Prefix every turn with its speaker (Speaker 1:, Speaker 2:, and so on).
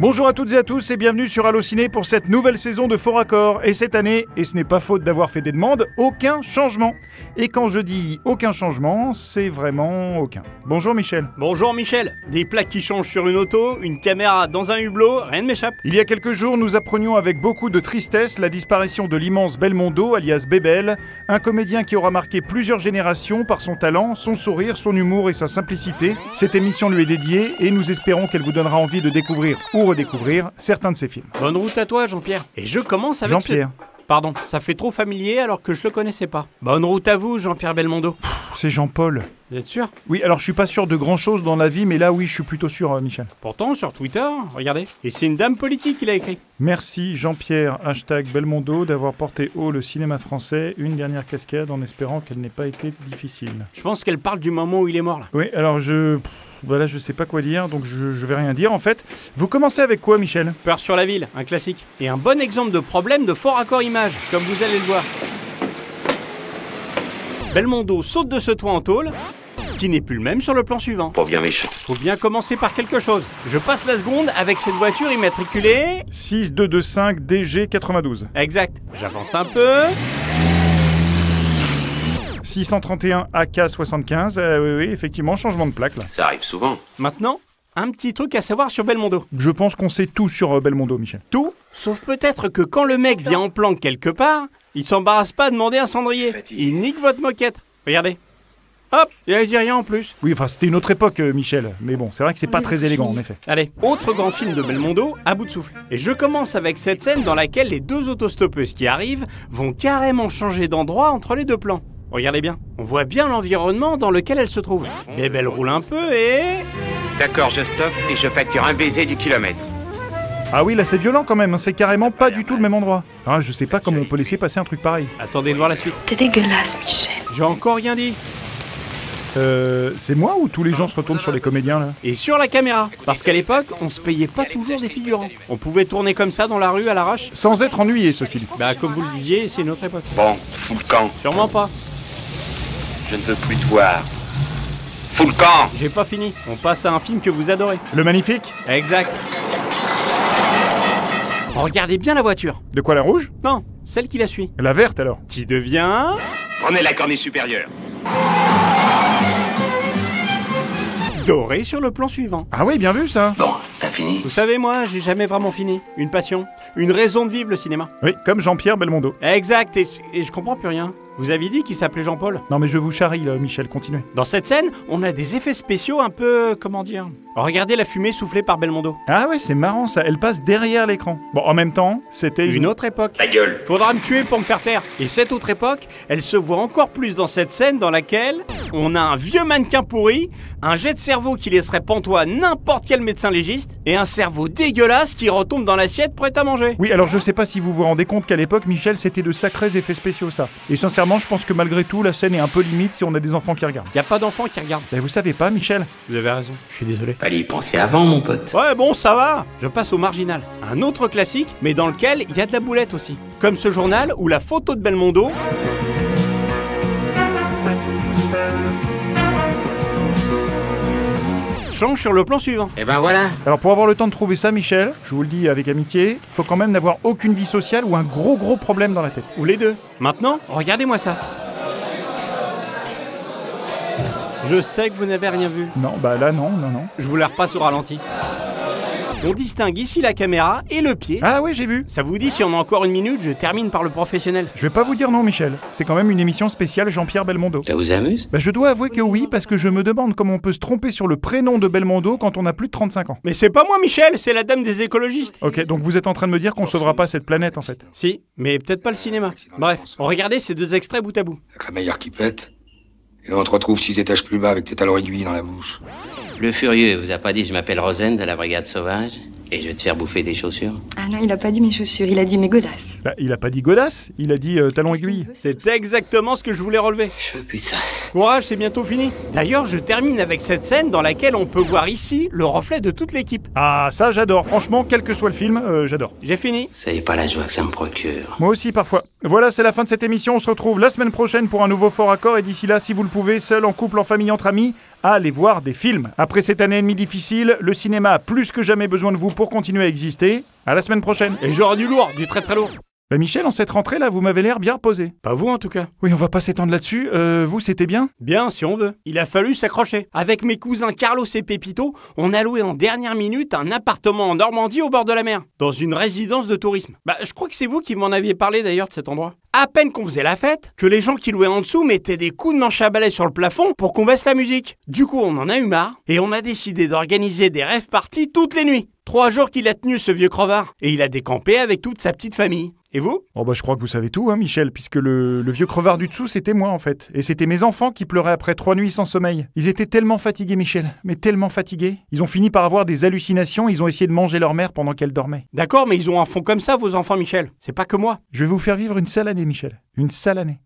Speaker 1: Bonjour à toutes et à tous et bienvenue sur Allociné pour cette nouvelle saison de Fort Accord. Et cette année, et ce n'est pas faute d'avoir fait des demandes, aucun changement. Et quand je dis aucun changement, c'est vraiment aucun. Bonjour Michel.
Speaker 2: Bonjour Michel, des plaques qui changent sur une auto, une caméra dans un hublot, rien ne m'échappe.
Speaker 1: Il y a quelques jours, nous apprenions avec beaucoup de tristesse la disparition de l'immense Belmondo, alias Bébel, un comédien qui aura marqué plusieurs générations par son talent, son sourire, son humour et sa simplicité. Cette émission lui est dédiée et nous espérons qu'elle vous donnera envie de découvrir ou redécouvrir certains de ses films.
Speaker 2: Bonne route à toi Jean-Pierre. Et je commence avec...
Speaker 1: Jean-Pierre,
Speaker 2: ce- Pardon, ça fait trop familier alors que je le connaissais pas. Bonne route à vous Jean-Pierre Belmondo.
Speaker 1: Pff, c'est Jean-Paul.
Speaker 2: Vous êtes sûr
Speaker 1: Oui, alors je suis pas sûr de grand chose dans la vie, mais là oui, je suis plutôt sûr, euh, Michel.
Speaker 2: Pourtant sur Twitter, regardez. Et c'est une dame politique qui l'a écrit.
Speaker 1: Merci Jean-Pierre, hashtag Belmondo, d'avoir porté haut le cinéma français, une dernière cascade en espérant qu'elle n'ait pas été difficile.
Speaker 2: Je pense qu'elle parle du moment où il est mort là.
Speaker 1: Oui, alors je. pff, Voilà, je sais pas quoi dire, donc je, je vais rien dire. En fait, vous commencez avec quoi, Michel
Speaker 2: Peur sur la ville, un classique. Et un bon exemple de problème de fort accord image, comme vous allez le voir. Belmondo saute de ce toit en tôle, qui n'est plus le même sur le plan suivant.
Speaker 3: Pas bien méchant.
Speaker 2: Faut bien commencer par quelque chose. Je passe la seconde avec cette voiture immatriculée.
Speaker 1: 6225 DG92.
Speaker 2: Exact. J'avance un peu.
Speaker 1: 631 AK75. euh, oui, oui, effectivement, changement de plaque là.
Speaker 3: Ça arrive souvent.
Speaker 2: Maintenant, un petit truc à savoir sur Belmondo.
Speaker 1: Je pense qu'on sait tout sur euh, Belmondo, Michel.
Speaker 2: Tout, sauf peut-être que quand le mec vient en planque quelque part, il s'embarrasse pas à demander un cendrier. Il nique votre moquette. Regardez. Hop, il a dit rien en plus.
Speaker 1: Oui, enfin, c'était une autre époque, euh, Michel. Mais bon, c'est vrai que c'est pas très élégant, en effet.
Speaker 2: Allez, autre grand film de Belmondo, à bout de souffle. Et je commence avec cette scène dans laquelle les deux autostoppeuses qui arrivent vont carrément changer d'endroit entre les deux plans. Regardez bien, on voit bien l'environnement dans lequel elles se trouvent. Bébel roule un peu et...
Speaker 4: D'accord, je stoppe et je facture un baiser du kilomètre.
Speaker 1: Ah oui, là, c'est violent quand même. hein, C'est carrément pas du tout le même endroit. Ah, je sais pas comment on peut laisser passer un truc pareil.
Speaker 2: Attendez de voir la suite.
Speaker 5: T'es dégueulasse, Michel.
Speaker 2: J'ai encore rien dit.
Speaker 1: Euh, c'est moi ou tous les gens se retournent sur les comédiens là
Speaker 2: Et sur la caméra. Parce qu'à l'époque, on se payait pas toujours des figurants. On pouvait tourner comme ça dans la rue à l'arrache.
Speaker 1: Sans être ennuyé, ceci dit.
Speaker 2: Bah comme vous le disiez, c'est une autre époque.
Speaker 3: Bon, fous le camp.
Speaker 2: Sûrement pas.
Speaker 3: Je ne veux plus te voir. Fous le camp
Speaker 2: J'ai pas fini. On passe à un film que vous adorez.
Speaker 1: Le magnifique
Speaker 2: Exact. Regardez bien la voiture.
Speaker 1: De quoi la rouge
Speaker 2: Non, celle qui la suit.
Speaker 1: La verte alors.
Speaker 2: Qui devient...
Speaker 3: Prenez la cornée supérieure.
Speaker 2: dorée sur le plan suivant.
Speaker 1: Ah oui, bien vu ça.
Speaker 3: Bon, t'as fini
Speaker 2: Vous savez, moi, j'ai jamais vraiment fini. Une passion, une raison de vivre le cinéma.
Speaker 1: Oui, comme Jean-Pierre Belmondo.
Speaker 2: Exact, et, et je comprends plus rien. Vous avez dit qu'il s'appelait Jean-Paul
Speaker 1: Non mais je vous charrie là, Michel, continuez.
Speaker 2: Dans cette scène, on a des effets spéciaux un peu... comment dire Regardez la fumée soufflée par Belmondo.
Speaker 1: Ah ouais, c'est marrant ça, elle passe derrière l'écran. Bon, en même temps, c'était
Speaker 2: Une autre époque.
Speaker 3: Ta gueule.
Speaker 2: Faudra me tuer pour me faire taire. Et cette autre époque, elle se voit encore plus dans cette scène dans laquelle on a un vieux mannequin pourri, un jet de cerveau qui laisserait pantois n'importe quel médecin légiste, et un cerveau dégueulasse qui retombe dans l'assiette prête à manger.
Speaker 1: Oui, alors je sais pas si vous vous rendez compte qu'à l'époque, Michel, c'était de sacrés effets spéciaux ça. Et sincèrement, je pense que malgré tout, la scène est un peu limite si on a des enfants qui regardent.
Speaker 2: Y a pas d'enfant qui regarde.
Speaker 1: Ben vous savez pas, Michel
Speaker 2: Vous avez raison, je suis désolé.
Speaker 3: Fallait y penser avant, mon pote.
Speaker 2: Ouais, bon, ça va. Je passe au marginal. Un autre classique, mais dans lequel il y a de la boulette aussi. Comme ce journal où la photo de Belmondo. change sur le plan suivant.
Speaker 4: Et ben voilà.
Speaker 1: Alors pour avoir le temps de trouver ça, Michel, je vous le dis avec amitié, faut quand même n'avoir aucune vie sociale ou un gros gros problème dans la tête.
Speaker 2: Ou les deux. Maintenant, regardez-moi ça. Je sais que vous n'avez rien vu.
Speaker 1: Non, bah là non, non, non.
Speaker 2: Je vous la repasse au ralenti. On distingue ici la caméra et le pied.
Speaker 1: Ah oui, j'ai vu.
Speaker 2: Ça vous dit si on a encore une minute, je termine par le professionnel.
Speaker 1: Je vais pas vous dire non, Michel. C'est quand même une émission spéciale Jean-Pierre Belmondo.
Speaker 3: Ça vous amuse
Speaker 1: Bah, je dois avouer que oui, parce que je me demande comment on peut se tromper sur le prénom de Belmondo quand on a plus de 35 ans.
Speaker 2: Mais c'est pas moi Michel, c'est la dame des écologistes.
Speaker 1: Ok, donc vous êtes en train de me dire qu'on sauvera pas cette planète en fait.
Speaker 2: Si, mais peut-être pas le cinéma. Bref, regardez ces deux extraits bout à bout.
Speaker 6: avec la meilleure qui pète. Et on te retrouve six étages plus bas avec tes talons aiguilles dans la bouche.
Speaker 7: Le furieux vous a pas dit je m'appelle Rosen de la brigade sauvage et je vais te faire bouffer des chaussures
Speaker 5: Ah non, il a pas dit mes chaussures, il a dit mes godasses.
Speaker 1: Bah, il a pas dit godasse, il a dit euh, talon aiguille.
Speaker 2: C'est exactement ce que je voulais relever.
Speaker 7: Je putain.
Speaker 2: Courage, c'est bientôt fini. D'ailleurs, je termine avec cette scène dans laquelle on peut voir ici le reflet de toute l'équipe.
Speaker 1: Ah, ça j'adore, franchement, quel que soit le film, euh, j'adore.
Speaker 2: J'ai fini.
Speaker 7: Vous savez pas la joie que ça me procure.
Speaker 1: Moi aussi parfois. Voilà, c'est la fin de cette émission. On se retrouve la semaine prochaine pour un nouveau fort accord. Et d'ici là, si vous le pouvez, seul, en couple, en famille, entre amis, allez voir des films. Après cette année et demie difficile, le cinéma a plus que jamais besoin de vous pour continuer à exister. À la semaine prochaine.
Speaker 2: Et genre du lourd, du très très lourd.
Speaker 1: Bah Michel, en cette rentrée là, vous m'avez l'air bien reposé.
Speaker 2: Pas vous en tout cas.
Speaker 1: Oui, on va pas s'étendre là-dessus. Euh, vous, c'était bien
Speaker 2: Bien, si on veut. Il a fallu s'accrocher. Avec mes cousins Carlos et Pepito, on a loué en dernière minute un appartement en Normandie au bord de la mer, dans une résidence de tourisme. Bah, je crois que c'est vous qui m'en aviez parlé d'ailleurs de cet endroit. À peine qu'on faisait la fête, que les gens qui louaient en dessous mettaient des coups de manche à balai sur le plafond pour qu'on baisse la musique. Du coup, on en a eu marre et on a décidé d'organiser des rêves parties toutes les nuits. Trois jours qu'il a tenu ce vieux crevard et il a décampé avec toute sa petite famille. Et vous
Speaker 1: Oh bah je crois que vous savez tout, hein, Michel, puisque le, le vieux crevard du dessous, c'était moi en fait. Et c'était mes enfants qui pleuraient après trois nuits sans sommeil. Ils étaient tellement fatigués, Michel, mais tellement fatigués. Ils ont fini par avoir des hallucinations, ils ont essayé de manger leur mère pendant qu'elle dormait.
Speaker 2: D'accord, mais ils ont un fond comme ça, vos enfants, Michel. C'est pas que moi.
Speaker 1: Je vais vous faire vivre une sale année, Michel. Une sale année.